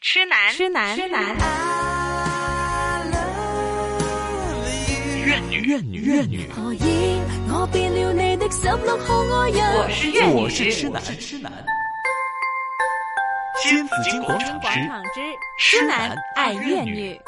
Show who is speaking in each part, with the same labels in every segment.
Speaker 1: 痴男，
Speaker 2: 痴男，
Speaker 1: 痴男，
Speaker 3: 怨女，怨女，怨女。
Speaker 4: 何以我變了你的十六號愛
Speaker 1: 我
Speaker 4: 人？
Speaker 1: 是怨女，
Speaker 3: 我是痴男，痴男。新紫金广场
Speaker 2: 广
Speaker 3: 之
Speaker 2: 场之
Speaker 3: 痴
Speaker 2: 痴
Speaker 3: 男
Speaker 2: 男
Speaker 3: 爱
Speaker 2: 爱
Speaker 3: 怨
Speaker 2: 怨
Speaker 3: 女
Speaker 2: 女。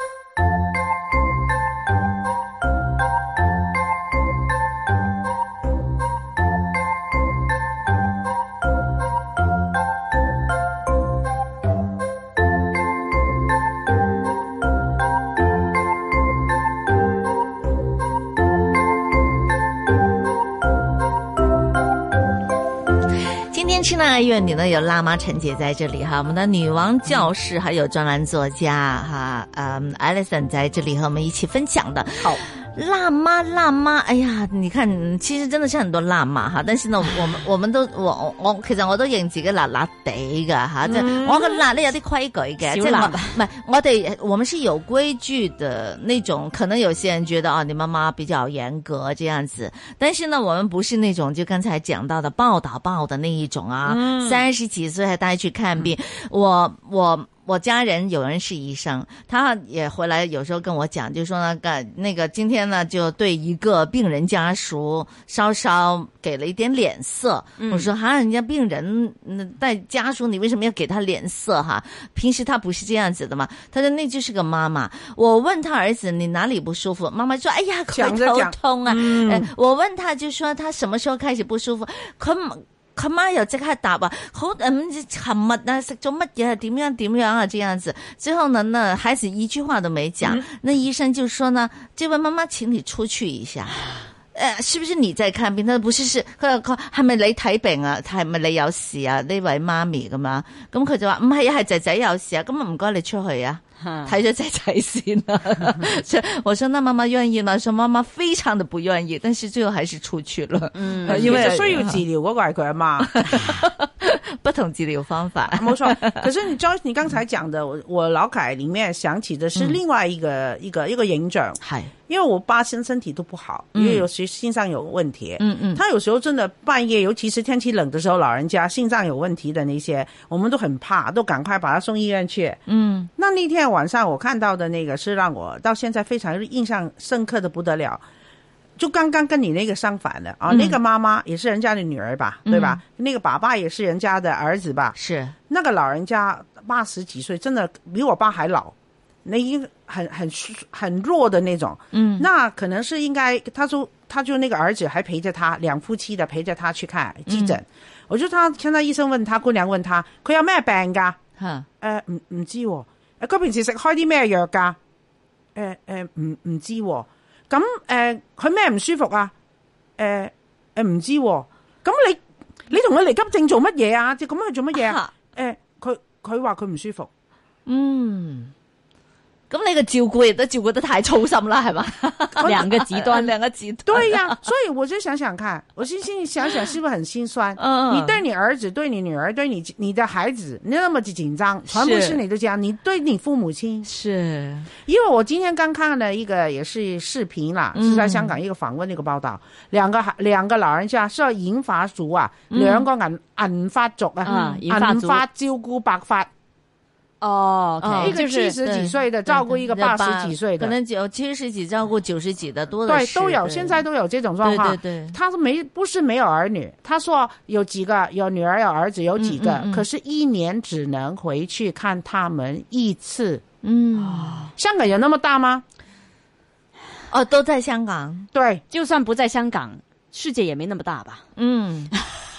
Speaker 5: 今天吃那怨女呢，有辣妈陈姐在这里哈，我们的女王教室还有专栏作家哈，嗯，Alison 在这里和我们一起分享的。
Speaker 2: 好，
Speaker 5: 辣妈，辣妈，哎呀，你看，其实真的是很多辣妈哈，但是呢，我们 我们都我我其實我都認自己辣辣地噶吓，即係、
Speaker 2: 嗯
Speaker 5: 我個辣呢有啲規矩嘅，
Speaker 2: 小
Speaker 5: 即係
Speaker 2: 辣
Speaker 5: 我唔係我哋我們是有規矩的那種，可能有些人覺得啊，你媽媽比較嚴格這樣子，但是呢，我們不是那種就剛才講到的報道報的那一種啊，
Speaker 2: 嗯
Speaker 5: 三十几岁还带去看病，我我。我家人有人是医生，他也回来有时候跟我讲，就说呢，个那个今天呢，就对一个病人家属稍稍给了一点脸色。我说哈，人家病人嗯带家属，你为什么要给他脸色哈？平时他不是这样子的嘛。他说那就是个妈妈。我问他儿子你哪里不舒服，妈妈说哎呀
Speaker 2: 讲
Speaker 5: 佢
Speaker 2: 着
Speaker 5: 头
Speaker 2: 讲
Speaker 5: 痛啊。
Speaker 2: 嗯
Speaker 5: 呃我问他就说他什么时候开始不舒服，佢唔佢媽又即刻答啊，好嗯，沉默啊，食咗乜嘢啊，點樣點樣啊，這樣子。最後呢，那孩子一句話都沒講，那醫生就說呢，這位媽媽，請你出去一下。呃，是不是你在看病？他說不是，是佢話佢係咪你睇病啊？係咪你有事啊？呢位媽咪咁樣，咁佢就話唔係啊，係仔仔有事啊。咁啊唔該你出去啊。
Speaker 2: 嗯
Speaker 5: 睇咗仔仔先 啦。所以我说那妈妈愿意吗？说妈妈非常的不愿意，但是最后还是出去了。嗯因
Speaker 2: 因
Speaker 5: 为
Speaker 2: 為需要治療嗰個係佢 阿媽。
Speaker 5: 不同治疗方法。
Speaker 2: 没错。可是你知道，你刚才讲的，我我脑海里面想起的
Speaker 5: 嗯
Speaker 2: 是另外一个、一个一个影响，
Speaker 5: 系，
Speaker 2: 因为我爸身身体都不好，因为有时心脏有问题。
Speaker 5: 嗯嗯，
Speaker 2: 他有时候真的半夜，尤其是天气冷的时候，老人家心脏有问题的那些，我们都很怕，都赶快把他送医院去。
Speaker 5: 嗯
Speaker 2: 那那天晚上我看到的那个是让我到现在非常印象深刻的不得了，就刚刚跟你那个相反的啊，
Speaker 5: 嗯
Speaker 2: 那个妈妈也是人家的女儿吧，对吧？那个爸爸也是人家的儿子吧，
Speaker 5: 是，
Speaker 2: 那个老人家八十几岁，真的比我爸还老，那一个很很很弱的那种。
Speaker 5: 嗯
Speaker 2: 那可能是应该，他就他就那个儿子还陪着他，两夫妻的陪着他去看急诊。我就他现在医生问他，姑娘问他，佢有咩病噶？
Speaker 5: 吓，
Speaker 2: 诶、唔唔知喎、诶佢平時食開啲咩藥㗎？诶诶，唔唔知喎、咁诶，佢咩唔舒服啊？诶诶，唔知喎、咁你你同佢嚟急症做乜嘢啊？即係咁樣去做乜嘢啊？诶，佢佢話佢唔舒服。
Speaker 5: 嗯。咁你個照顧亦都照顧得太操心啦，係嘛？
Speaker 2: 兩個
Speaker 5: 極 端，兩個極端。
Speaker 2: 對呀、 所以我就想想看，我心心里想想是不是很心酸？
Speaker 5: 嗯
Speaker 2: 你对你儿子、对你女儿、对你你的孩子那么的紧张，全部
Speaker 5: 是
Speaker 2: 是你的家，你对你父母亲
Speaker 5: 是，
Speaker 2: 因为我今天刚看了一个也是视频啦，是在香港一个访问的一个报道，两个两个老人家是银发族啊，两個銀銀髮族啊
Speaker 6: 啊，
Speaker 2: 銀
Speaker 6: 銀髮族
Speaker 2: 髮照顧白髮，
Speaker 6: 哦
Speaker 5: 哦
Speaker 2: 一
Speaker 6: ，OK，
Speaker 2: 個
Speaker 6: 就
Speaker 2: 七
Speaker 6: 是
Speaker 2: 十几岁的照顧一個八十几岁
Speaker 5: 可
Speaker 2: 的，
Speaker 5: 能有七十几照顾九十几的多的
Speaker 2: 對
Speaker 5: 是
Speaker 2: 都有，現在都有這種狀
Speaker 5: 对
Speaker 2: 況
Speaker 5: 对。对，
Speaker 2: 他是没不是没有儿女，他说有几个有女儿有儿子有几个，
Speaker 5: 嗯嗯嗯
Speaker 2: 可是一年只能回去看他们一次。
Speaker 5: 嗯，
Speaker 2: 香港有那么大吗？
Speaker 5: 哦，都在香港，
Speaker 2: 对
Speaker 6: 就算不在香港，世界也没那么大吧？
Speaker 5: 嗯，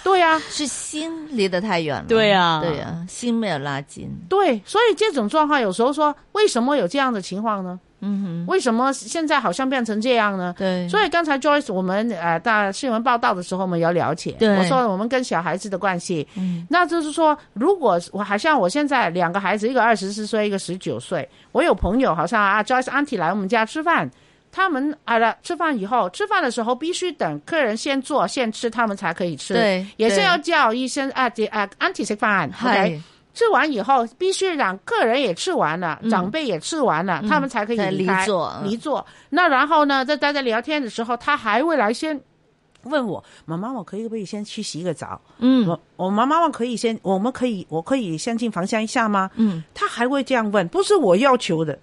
Speaker 2: 对呀、
Speaker 5: 是心离得太远了，
Speaker 6: 对啊
Speaker 5: 对呀，心没有拉近，
Speaker 2: 对，所以这种状况有时候说，为什么有这样的情况呢？
Speaker 5: 嗯
Speaker 2: 为什么现在好像变成这样呢
Speaker 5: 哼，？对，
Speaker 2: 所以刚才 Joyce 我们呃大新闻报道的时候，我们有了解，
Speaker 5: 对
Speaker 2: 我说我们跟小孩子的关系，
Speaker 5: 嗯
Speaker 2: 那就是说，如果我好像我现在两个孩子，一个二十四岁，一个十九岁，我有朋友好像啊 Joyce Auntie 来我们家吃饭。他们哎来了，吃饭以后，吃饭的时候必须等客人先做现吃，他们才可以吃。，
Speaker 5: 对，
Speaker 2: 也是
Speaker 5: 对
Speaker 2: 要叫医生啊，姐啊，auntie 吃饭，OK，
Speaker 5: 嗨，
Speaker 2: 吃完以后，必须让客人也吃完了，
Speaker 5: 嗯
Speaker 2: 长辈也吃完了，
Speaker 5: 嗯
Speaker 2: 他们才可以
Speaker 5: 再
Speaker 2: 离
Speaker 5: 离
Speaker 2: 开
Speaker 5: 座
Speaker 2: 离座。那然后呢，在大家聊天的时候，他还会来先问我妈妈，我可以不可以先去洗个澡？
Speaker 5: 嗯
Speaker 2: 我我妈妈问可以先，我们可以我可以先进房间一下吗？
Speaker 5: 嗯，
Speaker 2: 她还会这样问，不是我要求的。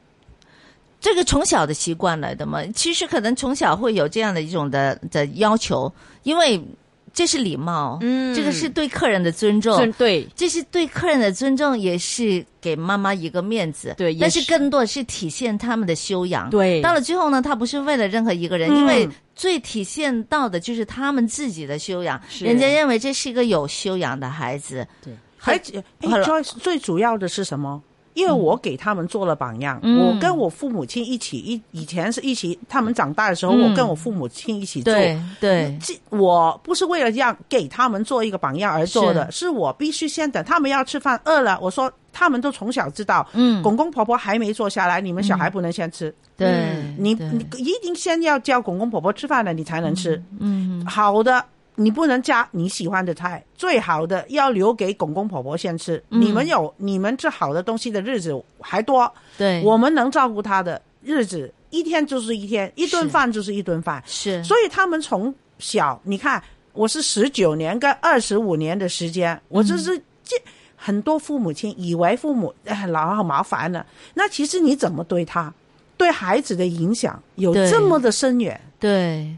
Speaker 5: 这个从小的习惯来的嘛，其实可能从小会有这样的一种的的要求，因为这是礼貌，
Speaker 6: 嗯
Speaker 5: 这个是对客人的尊重，
Speaker 6: 尊对
Speaker 5: 这是对客人的尊重，也是给妈妈一个面子。
Speaker 6: 对也
Speaker 5: 但是
Speaker 6: 是
Speaker 5: 更多的是体现他们的修养。
Speaker 6: 对
Speaker 5: 到了最后呢，他不是为了任何一个人，
Speaker 2: 嗯
Speaker 5: 因为最体现到的就是他们自己的修养。
Speaker 6: 是
Speaker 5: 人家认为这是一个有修养的孩子。
Speaker 6: 对，
Speaker 2: 孩
Speaker 5: 很
Speaker 2: 子，
Speaker 5: 好
Speaker 2: 哎，
Speaker 5: 了
Speaker 2: 最最主要的是什么？因为我给他们做了榜样，
Speaker 5: 嗯
Speaker 2: 我跟我父母亲一起，一以前是一起，他们长大的时候，
Speaker 5: 嗯
Speaker 2: 我跟我父母亲一起做。
Speaker 5: 对对
Speaker 2: 这我不是为了让给他们做一个榜样而做的，
Speaker 5: 是
Speaker 2: 是我必须先等他们要吃饭饿了，我说他们都从小知道，
Speaker 5: 嗯
Speaker 2: 公公婆婆还没坐下来，你们小孩不能先吃，
Speaker 5: 对，
Speaker 6: 嗯
Speaker 2: 你
Speaker 5: 对
Speaker 2: 你一定先要叫公公婆婆吃饭了，你才能吃。
Speaker 5: 嗯
Speaker 2: 好的，你不能加你喜欢的菜，最好的要留给公公婆婆先吃。
Speaker 5: 嗯
Speaker 2: 你们有你们吃好的东西的日子还多，
Speaker 5: 对，
Speaker 2: 我们能照顾他的日子，一天就是一天，一顿
Speaker 5: 是
Speaker 2: 饭就是一顿饭。
Speaker 5: 是
Speaker 2: 所以他们从小，你看，我是十九年跟二十五年的时间，我就是这、很多父母亲以为父母哎老好麻烦了，那其实你怎么对他，对孩子的影响有
Speaker 5: 对
Speaker 2: 这么的深远。
Speaker 5: 对，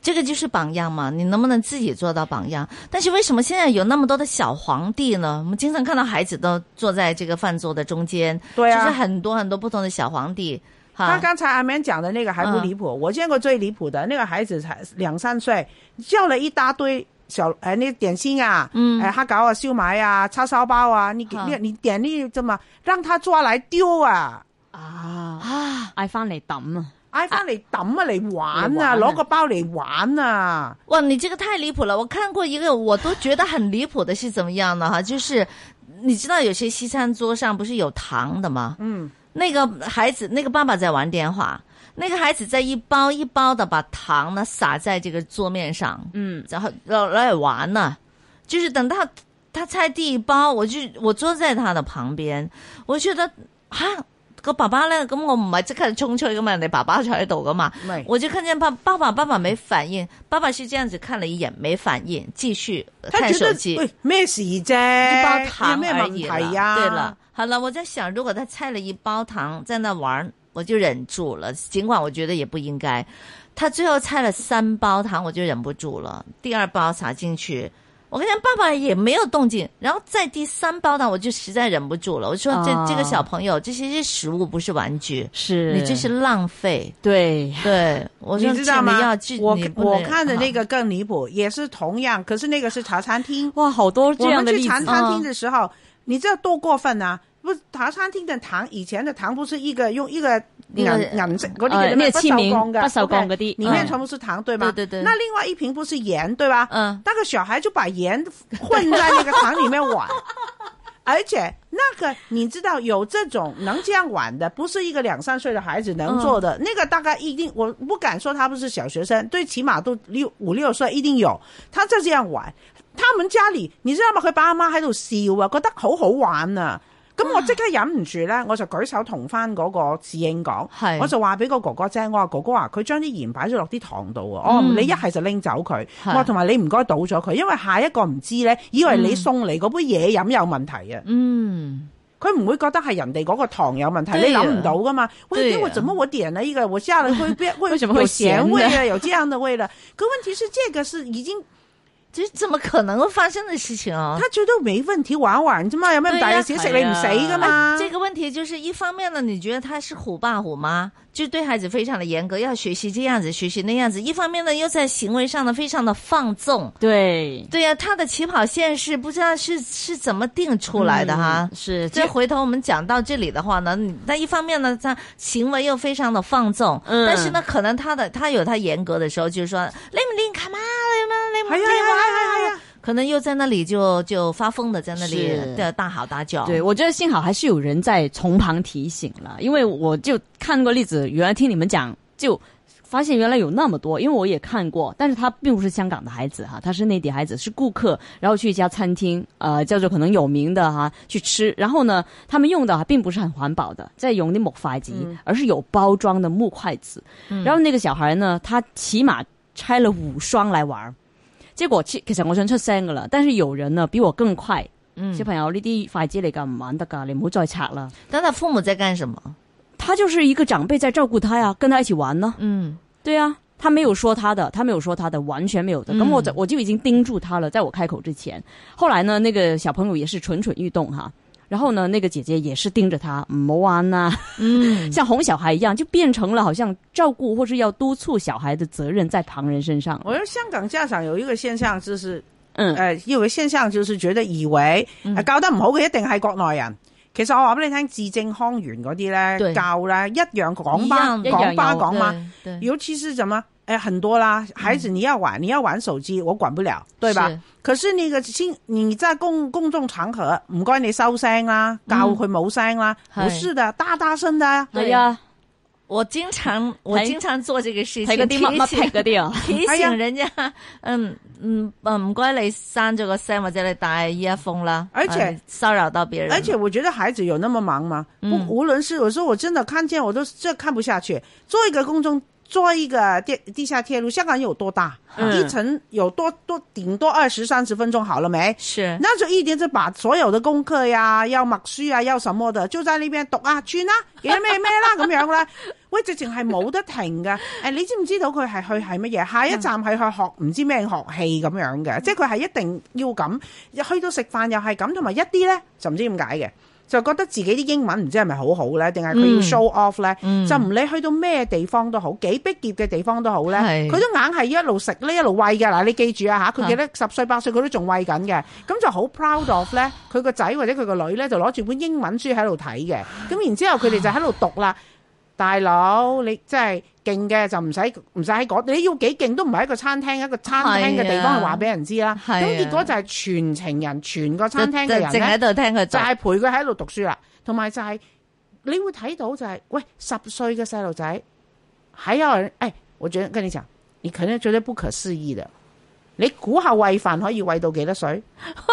Speaker 5: 这个就是榜样嘛，你能不能自己做到榜样？但是为什么现在有那么多的小皇帝呢？我们经常看到孩子都坐在这个饭桌的中间，
Speaker 2: 对啊
Speaker 5: 就是很多很多不同的小皇帝。
Speaker 2: 他
Speaker 5: 哈，
Speaker 2: 刚才阿 Man 讲的那个还不离谱，我见过最离谱的那个孩子才两三岁，叫了一大堆小哎那点心啊，
Speaker 5: 嗯
Speaker 2: 哎哈搞啊、烧麦啊、叉烧包啊，你给
Speaker 5: 啊
Speaker 2: 你你点那怎么让他抓来丢啊？
Speaker 6: 啊，
Speaker 5: 啊，
Speaker 6: 嗌翻嚟抌啊，
Speaker 2: 嗌翻嚟抌啊嚟玩
Speaker 6: 嚟
Speaker 2: 啊，
Speaker 6: 玩啊
Speaker 2: 攞個包嚟玩啊！
Speaker 5: 哇，你这个太离谱了！我看过一个，我都觉得很离谱的是怎么样呢？哈，就是你知道有些西餐桌上不是有糖的吗？
Speaker 2: 嗯，
Speaker 5: 那个孩子，那个爸爸在玩电话，那个孩子在一包一包的把糖呢撒在这个桌面上，
Speaker 6: 嗯，
Speaker 5: 然后老来玩呢，就是等到他拆第一包，我就我坐在他的旁邊，我覺得吓個爸爸咧，咁我唔係即刻衝出去噶嘛，人哋爸爸就喺度噶嘛，
Speaker 2: 咪
Speaker 5: 我就看見爸爸爸爸爸沒反應，爸爸是這樣子看了一眼，沒反應，繼續
Speaker 2: 他
Speaker 5: 呃看
Speaker 2: 覺
Speaker 5: 手
Speaker 2: 得
Speaker 5: 機。
Speaker 2: 喂哎咩事啫？
Speaker 5: 一包
Speaker 2: 有
Speaker 5: 糖
Speaker 2: 咩
Speaker 5: 而
Speaker 2: 問
Speaker 5: 已
Speaker 2: 題啊
Speaker 5: 了
Speaker 2: 呀、
Speaker 5: 对了，，好了，我在想，如果他拆了一包糖在那玩儿，我就忍住了，尽管我觉得也不应该。他最后拆了三包糖，我就忍不住了，第二包撒进去。我跟你讲，爸爸也没有动静，然后在第三包糖，我就实在忍不住了。我说这、
Speaker 6: 啊
Speaker 5: 这个小朋友，这些是食物，不是玩具，
Speaker 6: 是
Speaker 5: 你这是浪费。
Speaker 6: 对，
Speaker 5: 对，我说
Speaker 2: 你知道
Speaker 5: 这你要
Speaker 2: 嗎
Speaker 5: 去，？
Speaker 2: 我
Speaker 5: 你不能
Speaker 2: 我看的那
Speaker 5: 啊
Speaker 2: 個更離譜，也是同樣，可是那個是茶餐
Speaker 5: 哦
Speaker 2: 廳。
Speaker 6: 哇，好多
Speaker 2: 我
Speaker 6: 这样
Speaker 2: 們
Speaker 6: 的
Speaker 2: 去
Speaker 6: 例
Speaker 2: 茶
Speaker 6: 子，
Speaker 2: 餐廳的時
Speaker 5: 嗯
Speaker 2: 候，你知道多過分啊？不是茶餐廳的糖，以前的糖不是一個用一個
Speaker 5: 一
Speaker 2: 銀
Speaker 5: 個
Speaker 2: 銀色嗰
Speaker 6: 呃
Speaker 2: 啲叫
Speaker 6: 那
Speaker 2: 咩
Speaker 6: 個
Speaker 2: 不
Speaker 6: 器
Speaker 2: 鏽
Speaker 6: 皿
Speaker 2: 鋼嘅
Speaker 6: 不鏽鋼嗰
Speaker 2: OK，
Speaker 6: 啲
Speaker 2: 裡
Speaker 5: 嗯
Speaker 2: 面全部是糖對嗎？
Speaker 5: 對對對
Speaker 2: 那另外一瓶不是鹽對吧？
Speaker 5: 嗯，
Speaker 2: 那个小孩就把盐混在那个糖里面玩，而且那个你知道有这种能这样玩的，不是一个两三岁的孩子能做的。那个大概一定，我不敢说他不是小学生，最起码都六五六岁一定有。他就这样玩，他们家里你知道吗？佢爸阿媽喺度笑啊，覺得好好玩啊！咁我即刻忍唔住咧，我就舉手同翻嗰個侍應講，
Speaker 5: 係
Speaker 2: 我就話俾個哥哥聽，我話哥哥啊，佢將啲鹽擺咗落啲糖度啊，哦，
Speaker 5: 嗯
Speaker 2: 你一係就拎走佢，我
Speaker 5: 係
Speaker 2: 話同埋你唔該倒咗佢，因為下一個唔知咧，以為你送嚟嗰杯嘢飲有問題啊，
Speaker 5: 嗯，
Speaker 2: 佢唔會覺得係人哋嗰個糖有問題，
Speaker 5: 對
Speaker 2: 你
Speaker 5: 啊
Speaker 2: 諗唔到噶嘛？喂，
Speaker 5: 對
Speaker 2: 因為
Speaker 5: 啊
Speaker 2: 怎麼我點了一個，我下了會 變會
Speaker 6: 為什麼會
Speaker 2: 有鹹
Speaker 6: 鹹
Speaker 2: 味
Speaker 6: 的
Speaker 2: 啊， 有這樣的味了。可問題是，這個是已 經
Speaker 5: 这怎么可能会发生的事情啊？
Speaker 2: 他觉得没问题，玩玩啫嘛，有咩咁大嘅小食你唔死噶嘛？
Speaker 5: 这个问题就是一方面呢，你觉得他是虎爸虎妈，就对孩子非常的严格，要学习这样子，学习那样子；一方面呢，又在行为上呢非常的放纵。
Speaker 6: 对，
Speaker 5: 对呀、他的起跑线是不知道是是怎么定出来的哈。
Speaker 6: 是
Speaker 5: 这回头我们讲到这里的话呢，你那一方面呢，他行为又非常的放纵，
Speaker 6: 嗯
Speaker 5: 但是呢，可能他的他有他严格的时候，就是说你唔练卡嘛，你唔
Speaker 2: 系啊
Speaker 5: 你唔
Speaker 2: 系
Speaker 5: 练
Speaker 2: 啊
Speaker 5: 啊，
Speaker 2: 系啊系啊！
Speaker 5: 可能又在那里就就发疯的在那里
Speaker 6: 是
Speaker 5: 的大吼大叫。
Speaker 6: 对，我觉得幸好还是有人在从旁提醒了，因为我就看过例子，原来听你们讲就。发现原来有那么多，因为我也看过，但是他并不是香港的孩子哈，他是内地孩子，是顾客，然后去一家餐厅，呃，叫做可能有名的哈去吃，然后呢，他们用的还并不是很环保的，在用啲木筷子，而是有包装的木筷子，然后那个小孩呢，他起码拆了五双来玩儿，结果其其實我想出聲噶啦，但是有人呢比我更快。
Speaker 5: 嗯
Speaker 6: 小，朋友呢啲筷子嚟㗎，唔玩得㗎，你唔好再拆啦。
Speaker 5: 等等，父母在干什么？
Speaker 6: 他就是一個長輩在照顧他呀，跟他一起玩呢。
Speaker 5: 嗯
Speaker 6: 对啊，他没有说他的，他没有说他的，完全没有的。
Speaker 5: 嗯
Speaker 6: 咁、我就我就已经盯住他了，在我开口之前。后来呢，那个小朋友也是蠢蠢欲动哈。然后呢，那个姐姐也是盯着他，唔好玩呐、
Speaker 5: 嗯，
Speaker 6: 像哄小孩一样，就变成了好像照顾或是要督促小孩的责任在旁人身上。
Speaker 2: 我觉得香港家長有一個現象，就是
Speaker 6: 嗯，
Speaker 2: 诶、有一個現象就是覺得以為、呃教得唔好嘅一定係國內人。其實我話俾你聽，字正腔圓嗰啲
Speaker 5: 對
Speaker 2: 咧教咧一樣講巴
Speaker 5: 一樣
Speaker 6: 一
Speaker 2: 講巴
Speaker 6: 樣有
Speaker 2: 講嘛。
Speaker 5: 嗯对，对
Speaker 2: 尤其是什么？哎，很多啦，孩子你要玩，你要玩手机，我管不了，对吧？
Speaker 5: 是
Speaker 2: 可是那个亲，你在公公众场合，唔该你收声啦，教佢冇声啦，
Speaker 5: 嗯
Speaker 2: 不是的，大大声的。
Speaker 5: 对
Speaker 6: 系啊，
Speaker 5: 我经常我经常做这个事情，
Speaker 6: 睇嗰啲乜乜
Speaker 5: 提
Speaker 6: 劈
Speaker 5: 醒
Speaker 6: 嗰啲啊，
Speaker 5: 提
Speaker 2: 哎呀
Speaker 5: 醒人家，嗯嗯，呃唔该你删咗个声或者你戴 earphone 啦，
Speaker 2: 而且
Speaker 5: 呃骚扰到别人，
Speaker 2: 而且我觉得孩子有那么忙吗？不，
Speaker 5: 嗯
Speaker 2: 无论是我说我真的看见我都这看不下去。做一个公众，做一个地地下铁路，香港有多大？
Speaker 6: 嗯
Speaker 2: 一层有多多顶多二十三十分钟好了没？
Speaker 5: 是
Speaker 2: 那就一天就把所有的功课呀、 要默書啊、要什麼的，就在呢邊讀啊、 轉啦、幾咩咩啦咁樣啦。 喂，直情係冇得停噶。誒，你知唔知道佢係去係乜嘢？下一站係去學唔知咩學戲咁樣
Speaker 5: 嗯
Speaker 2: 嘅，即係佢係一定要咁。去到食飯又係咁，同埋一啲咧就唔知點解嘅。就覺得自己啲英文唔知係咪好好咧，定係佢要
Speaker 5: 嗯
Speaker 2: show off 咧、
Speaker 5: 嗯
Speaker 2: 就唔理去到咩地方都好，幾逼仄嘅地方都好咧，
Speaker 5: 係
Speaker 2: 佢都硬係一路食呢一路餵嘅。嗱，你記住啊吓，佢記得十歲八歲佢都仲餵緊嘅，咁就好 proud of 咧。佢個仔或者佢個女咧就攞住本英文書喺度睇嘅，咁然之後佢哋就喺度讀啦。大佬，你真係勁嘅就唔使唔使喺嗰，你要幾勁都唔係一個餐廳一個餐廳嘅地
Speaker 5: 係啊
Speaker 2: 方去話俾人知啦。
Speaker 5: 係
Speaker 2: 咁、
Speaker 5: 啊
Speaker 2: 結果就係全程人全個餐廳嘅人
Speaker 5: 就就淨
Speaker 2: 咧
Speaker 5: 喺。度聽佢
Speaker 2: 就
Speaker 5: 做
Speaker 2: 係陪佢喺度讀書啦，同埋就係你會睇到就係、喂十歲嘅細路仔，還有人誒、哎，我覺得跟你講，你肯定覺得不可思議的。你估下喂飯可以喂到幾多歲？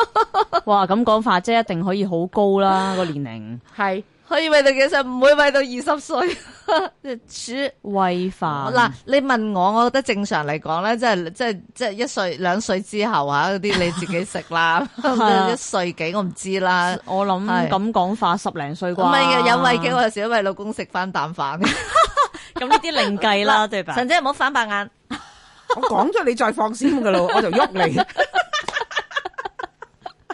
Speaker 6: 哇咁講法啫，一定可以好高啦個年齡。
Speaker 2: 係
Speaker 5: 可以喂到幾歲？唔會喂到二十歲。 鼠
Speaker 6: 喂飯
Speaker 2: 嗯
Speaker 5: 嗱，你問我，我覺得正常嚟講咧，即係即係即係一歲兩歲之後啊，嗰啲你自己食 啦。
Speaker 6: 啊
Speaker 5: 一歲幾我唔知啦。
Speaker 6: 我諗
Speaker 5: 係
Speaker 6: 咁講法十零歲
Speaker 5: 唔
Speaker 6: 啩，
Speaker 5: 係嘅，有喂嘅，我有時都喂老公食翻啖 飯。
Speaker 6: 咁呢啲另計啦，對吧？
Speaker 5: 神姐唔好反白眼。
Speaker 2: 我講咗你再放先噶 咯，我就喐你。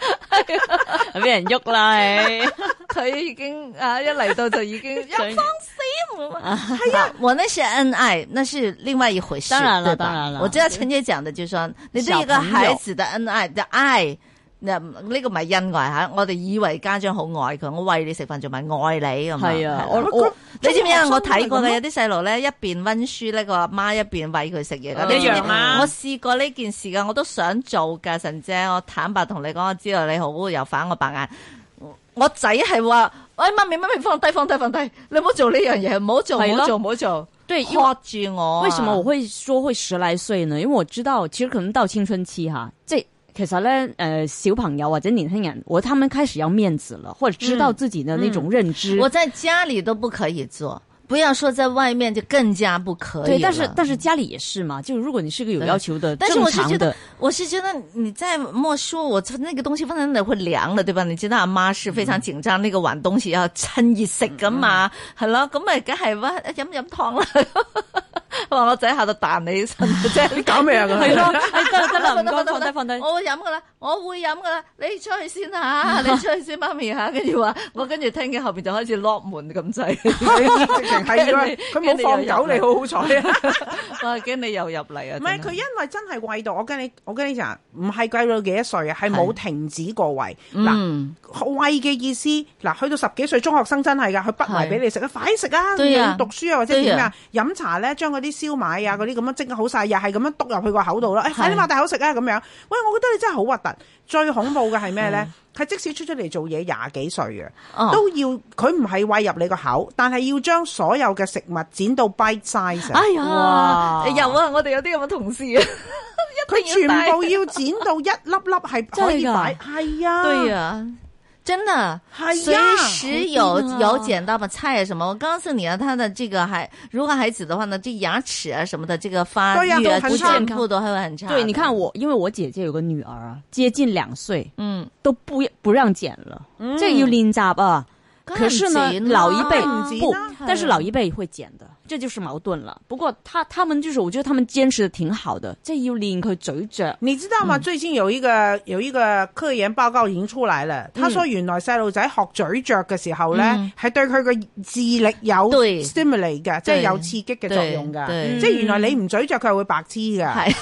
Speaker 6: 俾人喐啦，你
Speaker 5: 佢已經啊，一嚟到就已 經一放
Speaker 6: 想
Speaker 5: 閃啊！係啊，我那是恩愛，那是另外一回事。
Speaker 6: 當然了
Speaker 5: 對吧
Speaker 6: 當然了
Speaker 5: 我知道陳姐講的，就是說你對一個
Speaker 6: 小朋友
Speaker 5: 孩子的恩愛嘅愛，嗱呢個唔係恩愛吓，我哋以為家長好愛佢，我餵你食飯仲咪愛你咁啊
Speaker 6: 係啊，
Speaker 5: 係
Speaker 6: 我我
Speaker 5: 你知唔知啊？
Speaker 2: 中學生
Speaker 5: 我睇過
Speaker 2: 都
Speaker 5: 嘅
Speaker 2: 係咁咯
Speaker 5: 有啲細路咧，一邊温書咧，個阿媽一邊餵佢食嘢㗎。
Speaker 6: 嗯
Speaker 5: 你知唔知
Speaker 6: 一樣啊
Speaker 5: 我試過呢件事㗎，我都想做㗎，神姐。我坦白同你講，我知道你好又反我白眼。我仔係話：，喂，媽咪，媽咪，放低，放低，放低，你唔好做呢樣嘢，唔好做，
Speaker 6: 係
Speaker 5: 唔
Speaker 6: 咯
Speaker 5: 好做，唔好做。
Speaker 6: 对，因为
Speaker 5: 喝住我啊。
Speaker 6: 为什么我會說會十來歲呢？因為我知道，其實可能到青春期哈，即係其實咧，誒、小朋友或者年輕人，我他們開始要面子了，或者知道自己的那種認知。
Speaker 5: 我在家裡都不可以做，不要說在外面，就更加不可以
Speaker 6: 对，但是
Speaker 5: 了
Speaker 6: 但是家里也是嘛，就如果你是个有
Speaker 5: 对
Speaker 6: 要求的、
Speaker 5: 但是
Speaker 6: 正
Speaker 5: 我是
Speaker 6: 常
Speaker 5: 觉
Speaker 6: 的
Speaker 5: 得，，我是觉得你在没说，我那个东西放在那会凉了，对吧？你知道阿妈是非常紧张，那个碗东西要趁热食噶嘛，系咯、咁咪梗系哇饮饮汤啦。话我仔喺度弹你身，即系
Speaker 2: 你搞咩啊？
Speaker 6: 係
Speaker 2: 係
Speaker 6: 咯，係得得啦，唔該，
Speaker 5: 放低放低
Speaker 6: 放低放低。
Speaker 5: 我會飲噶啦，我會飲噶啦，你出去先吓，你出去先，媽咪吓，跟住話我跟住聽見後邊就開始 lock 門咁滯，
Speaker 2: 直情係啊！佢冇放狗，你好好彩啊！
Speaker 5: 我驚你又入嚟啊！
Speaker 2: 唔係
Speaker 5: 真
Speaker 2: 佢，
Speaker 5: 係
Speaker 2: 因為真係喂到我跟你，我跟你講，唔係貴到幾多歲啊，係冇停止過喂嗱。
Speaker 5: 嗯，
Speaker 2: 喂嘅意思，嗱，去到十幾歲中學生真係㗎，佢不埋俾你食啊，快食啊，
Speaker 5: 對啊
Speaker 2: 要讀書啊或者點啊，飲茶咧將嗰啲燒賣啊嗰啲咁樣蒸好晒，又係咁樣篤入去個口度啦，誒快啲擘大口食啊咁樣。喂，我覺得你真係好核突，最恐怖嘅係咩咧？係即使出咗嚟做嘢廿幾歲嘅，
Speaker 5: 哦
Speaker 2: 都要佢唔係喂入你個口，但係要將所有嘅食物剪到 bite size 啊。
Speaker 5: 哎呀
Speaker 6: 哇，
Speaker 5: 有啊，我哋有啲咁嘅同事啊。
Speaker 2: 佢
Speaker 5: 一定要
Speaker 2: 全
Speaker 5: 帶
Speaker 2: 部要剪到一粒粒係可以
Speaker 6: 真係㗎
Speaker 2: 擺，係啊，
Speaker 5: 对呀、啊，真的，
Speaker 2: 系
Speaker 5: 随
Speaker 2: 啊，
Speaker 5: 时有
Speaker 6: 好硬啊
Speaker 5: 有捡到把菜啊什么。我告诉你啊，他的这个还如果孩子的话呢，这牙齿啊什么的，这个发
Speaker 2: 对呀
Speaker 5: 育
Speaker 2: 都
Speaker 5: 啊、
Speaker 2: 很
Speaker 5: 不
Speaker 2: 差
Speaker 5: 健康都还会很差的。
Speaker 6: 对，你看我，因为我姐姐有个女儿啊，接近两岁，
Speaker 5: 嗯，
Speaker 6: 都不不让剪了，这个要练习啊。可是呢，
Speaker 5: 干净啊
Speaker 6: 老一辈
Speaker 2: 干净
Speaker 6: 不
Speaker 2: 啊，
Speaker 6: 但是老一辈会剪的，这就是矛盾了。不过他他们就是，我觉得他们坚持的挺好的，这要练佢咀嚼。
Speaker 2: 你知道吗？
Speaker 5: 嗯
Speaker 2: 最近有一个有一个科研報告已經出嚟啦，他說原來細路仔學咀嚼嘅時候咧，
Speaker 5: 嗯
Speaker 2: 係對佢嘅智力有
Speaker 5: 對
Speaker 2: stimulate 嘅，即係
Speaker 5: 對
Speaker 2: 有刺激嘅作用㗎。
Speaker 5: 對
Speaker 2: 即係原來你唔咀嚼，佢係會白痴啊㗎。
Speaker 5: 系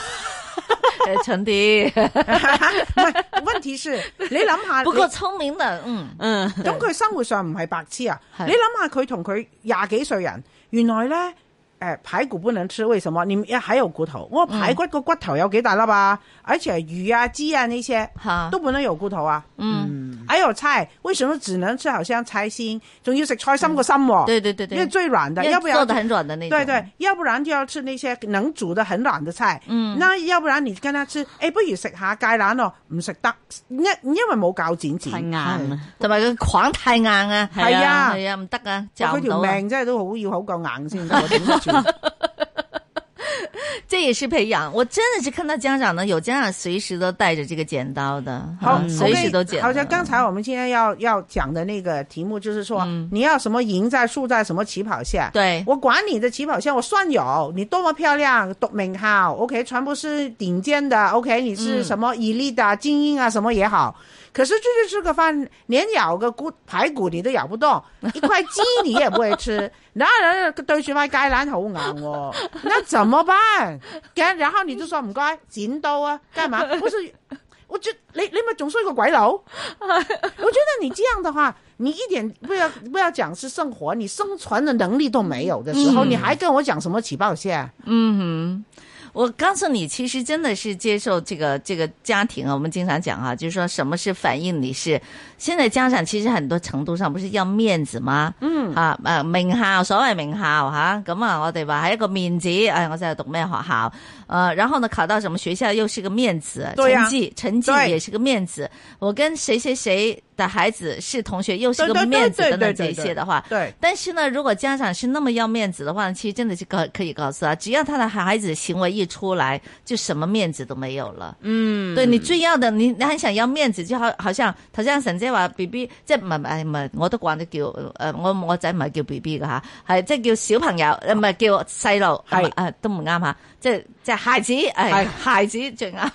Speaker 5: 蠢啲，
Speaker 2: 唔係問 題是，你諗下，
Speaker 5: 不過
Speaker 2: 你
Speaker 5: 聰明的，嗯，
Speaker 6: 嗯，
Speaker 2: 咁佢生活上唔係白痴啊？
Speaker 5: 係
Speaker 2: 你諗下佢同佢廿幾歲人，原來咧誒、呃排骨不能吃，為什麼？你喺有骨頭，我
Speaker 5: 嗯
Speaker 2: 排骨個骨頭有幾大粒啊？而且魚啊、雞啊呢些
Speaker 5: 嚇
Speaker 2: 都不能有骨頭啊。
Speaker 5: 嗯，
Speaker 2: 还有菜，为什么只能吃好像菜心，仲要食菜心个心喎、
Speaker 5: 對對對對，
Speaker 2: 因为最软嗯的，
Speaker 5: 因為
Speaker 2: 要不
Speaker 5: 做
Speaker 2: 然
Speaker 5: 的很软的那种，
Speaker 2: 对对，要不然就要吃那些能煮的很软的菜。嗯，那要不然你跟他吃，诶，不如食下芥蘭咯，唔食得，因因為冇铰剪
Speaker 6: 太
Speaker 2: 剪
Speaker 6: 硬，啦。
Speaker 5: 同埋佢框太硬啊，
Speaker 2: 係啊
Speaker 5: 係啊，唔得啊，
Speaker 2: 哇
Speaker 5: 嚼
Speaker 2: 佢
Speaker 5: 唔到
Speaker 2: 條
Speaker 5: 啊。
Speaker 2: 命真係都好要好夠硬先得，我 頂得住。
Speaker 5: 这也是培养。我真的是看到家长呢，有家长随时都带着这个剪刀的，
Speaker 2: 好
Speaker 5: 啊，随时都剪的。
Speaker 2: OK，好像刚才我们今天要要讲的那个题目就是说，
Speaker 5: 嗯
Speaker 2: 你要什么赢在输在什么起跑线。
Speaker 5: 对
Speaker 2: 我管你的起跑线，我算有你多么漂亮，读名校，OK，全部是顶尖的，OK，你是什么 elite 啊、精英啊什么也好。可是就是吃个饭，连咬个骨排骨你都咬不动，一块鸡你也不会吃，然后然后对住块芥蘭好硬喎，那怎么办？跟然後你就說唔該剪刀 啊，幹嘛？不是，我覺你你咪仲衰過 鬼佬。我觉得你这样的话，你一点不要不要讲是生活，你生存的能力都没有的时候，你还跟我讲什么起跑线？
Speaker 5: 嗯哼，我告诉你，其实真的是接受这个这个家庭啊。我们经常讲哈、就是说什么是反映你是现在家长其实很多程度上不是要面子吗？嗯啊啊名校，所谓名校吓，咁啊我哋话系一个面子，哎我在读咩学校，呃然后呢考到什么学校又是个面子，
Speaker 2: 对呀
Speaker 5: 成绩成绩
Speaker 2: 对
Speaker 5: 也是个面子，我跟谁谁谁的孩子是同学又是
Speaker 2: 对
Speaker 5: 个
Speaker 2: 对对
Speaker 5: 面子
Speaker 2: 对
Speaker 5: 等等
Speaker 2: 对
Speaker 5: 这
Speaker 2: 对
Speaker 5: 些的话，
Speaker 2: 对，
Speaker 5: 但是呢，如果家长是那么要面子的话，其实真的是告可以告诉他，只要他的孩子行为一出来，就什么面子都没有了。嗯，对你最要的，你你很想要面子，就好好像頭先阿神姐話 B B，即係唔係唔係唔係，我都慣咗叫誒、呃我我仔唔係叫 B B 嘅吓，係即係叫小朋友，呃唔係叫細路，
Speaker 2: 係
Speaker 5: 唔啊都唔啱吓，即係即係孩子，係
Speaker 2: 係
Speaker 5: 孩子最啱。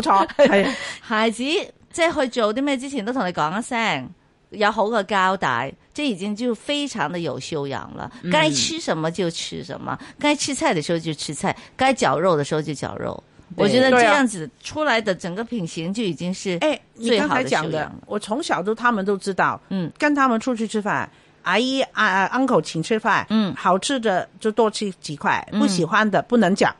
Speaker 2: 错，系
Speaker 5: 孩子即係去做啲咩之前都同你講一聲，有好嘅交代，这已經就非常的有修養了。
Speaker 2: 嗯
Speaker 5: 該吃什麼就吃什麼，該吃菜的時候就吃菜，該绞肉的時候就绞肉。
Speaker 6: 对
Speaker 5: 我覺得這
Speaker 2: 对啊
Speaker 5: 樣子出來的整個品行就已經是
Speaker 2: 哎，你
Speaker 5: 最
Speaker 2: 刚
Speaker 5: 好
Speaker 2: 才
Speaker 5: 的修
Speaker 2: 讲
Speaker 5: 養
Speaker 2: 的
Speaker 5: 了。，
Speaker 2: 我从小都他们都知道，
Speaker 5: 嗯，
Speaker 2: 跟他们出去吃饭，阿姨啊啊 uncle 请吃饭，
Speaker 5: 嗯
Speaker 2: 好吃的就多吃几块，
Speaker 5: 嗯
Speaker 2: 不喜欢的不能讲。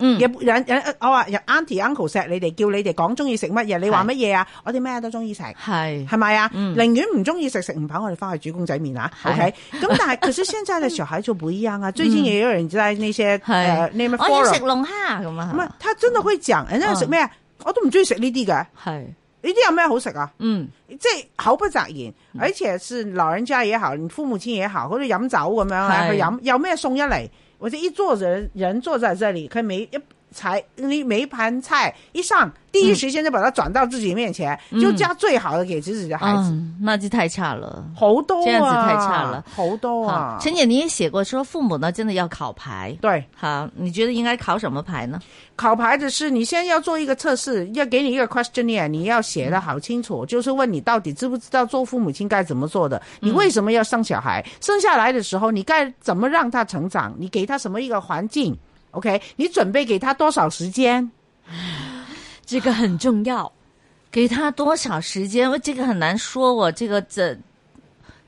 Speaker 5: 嗯
Speaker 2: 也不人人我话有 auntie uncle 錫你哋，叫你哋講中意食乜嘢，你話乜嘢啊？我哋咩都中意食。
Speaker 5: 係
Speaker 2: 系咪啊？
Speaker 5: 嗯
Speaker 2: 寧願唔中意食食唔飽，我哋翻去煮公仔麵啊。
Speaker 5: 係嗯
Speaker 2: OK，咁但係，可 是現在的小孩就不一樣啊。最近也有人在那些
Speaker 5: 係
Speaker 2: 呃 name
Speaker 5: 我要食
Speaker 2: forum，
Speaker 5: 龍蝦咁
Speaker 2: 唔係
Speaker 5: 啊，
Speaker 2: 他真的會講，人家食咩啊？我都唔中意食呢啲嘅，呢
Speaker 5: 係
Speaker 2: 啲有咩好食啊？
Speaker 5: 嗯
Speaker 2: 即係口不擇言，而且是老人家也好，你父母親也好，或者飲酒咁樣啊，
Speaker 5: 係
Speaker 2: 佢飲有咩餸一嚟，或者一坐人人坐在這裡，佢每一才你每一盤菜一上，第一時間就把它轉到自己面前，就加最好的給自己的孩子。
Speaker 5: 嗯，那就太差了。
Speaker 2: 好多啊，
Speaker 5: 这样子太差了
Speaker 2: 好多啊
Speaker 5: 好，。陈姐你也寫過說父母呢真的要考牌，
Speaker 2: 对，
Speaker 5: 好，你覺得應該考什麼牌呢？
Speaker 2: 考牌的是你现在要做一个测试，要给你一个 questionnaire，你要写
Speaker 5: 嗯
Speaker 2: 的好清楚，就是问你到底知不知道做父母亲该怎么做的，
Speaker 5: 嗯
Speaker 2: 你为什么要生小孩，生下来的时候你该怎么让他成长，你给他什么一个环境，OK，你准备给他多少时间？
Speaker 6: 这个很重要。
Speaker 5: 给他多少时间？我这个很难说，我这个这。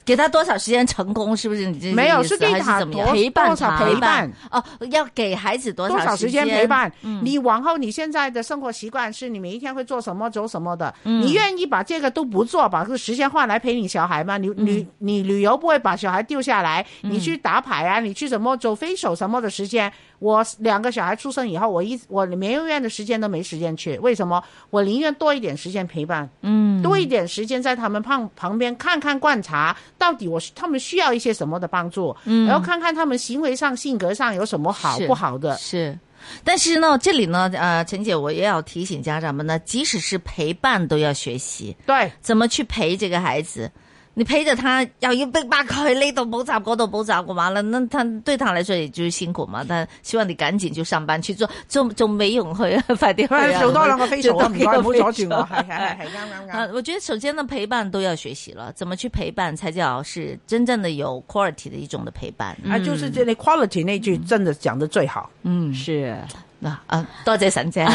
Speaker 5: 给他多少时间成功？是不是你这
Speaker 2: 没有
Speaker 5: 意思
Speaker 2: 是给
Speaker 5: 还
Speaker 2: 他
Speaker 5: 是怎么
Speaker 2: 多
Speaker 5: 样？
Speaker 6: 陪伴
Speaker 2: 多少
Speaker 6: 他
Speaker 2: 陪
Speaker 5: 陪
Speaker 2: 伴
Speaker 5: 伴。哦，要给孩子多
Speaker 2: 多
Speaker 5: 少
Speaker 2: 少
Speaker 5: 时
Speaker 2: 时间陪伴？
Speaker 5: 嗯
Speaker 2: 你往后你现在的生活习惯是你每一天会做什么、走什么的？
Speaker 5: 嗯
Speaker 2: 你愿意把这个都不做，把这个时间换来陪你小孩吗？你
Speaker 5: 嗯
Speaker 2: 旅、你旅游不会把小孩丢下来，你去打牌啊，你去什么走飞手什么的时间，我两个小孩出生以后，我一我连幼儿园的时间都没时间去，为什么？我宁愿多一点时间陪伴，
Speaker 5: 嗯，
Speaker 2: 多一点时间在他们旁旁边看看观察，到底我需他们需要一些什么的帮助，
Speaker 5: 嗯
Speaker 2: 然后看看他们行为上、性格上有什么好
Speaker 5: 是
Speaker 2: 不好的。
Speaker 5: 是。但是呢，这里呢，呃，陈姐，我也要提醒家长们呢，即使是陪伴都要学习
Speaker 2: 对。
Speaker 5: 怎么去陪这个孩子。你陪着他，又要逼迫佢呢度补習嗰度補習嘅話咧，那他對他嚟說也就是辛苦嘛。但希望你趕緊就上班去做， 做做美容去 啊，快啲去
Speaker 2: 喂
Speaker 5: 啊！
Speaker 2: 做多兩個飛
Speaker 5: 做
Speaker 2: 槽啊！
Speaker 5: 多
Speaker 2: 唔
Speaker 5: 幾
Speaker 2: 該，
Speaker 5: 個
Speaker 2: 唔好
Speaker 5: 飛
Speaker 2: 阻住我，
Speaker 5: 槽
Speaker 2: 係係係係啱啱
Speaker 5: 啊
Speaker 2: 啱。，
Speaker 5: 我觉得首先呢，陪伴都要学习了，怎么去陪伴才叫是真正的有 quality 的一种的陪伴。
Speaker 2: 啊，就是这里 quality 那句真的讲的最好，
Speaker 5: 嗯，
Speaker 6: 是
Speaker 5: 嗱啊，多谢沈姐。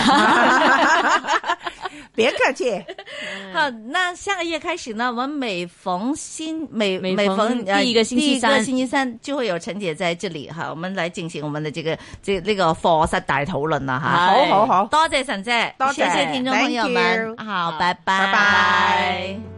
Speaker 2: 别客气。
Speaker 6: 嗯
Speaker 5: 好，那下个月开始呢，我们每逢星每
Speaker 6: 每
Speaker 5: 每
Speaker 6: 逢
Speaker 5: 逢呃
Speaker 6: 第一个星期三
Speaker 5: 第一个星期三就会有陈姐在这里哈，我们来进行我们的这个这那个课室大讨论啦哈。
Speaker 6: 好
Speaker 2: 好好好
Speaker 5: 多谢沈姐，
Speaker 2: 多
Speaker 5: 谢
Speaker 2: 谢
Speaker 5: 谢听众朋友
Speaker 2: Thank
Speaker 5: 们
Speaker 2: you，
Speaker 5: 好，拜拜，
Speaker 2: 拜拜。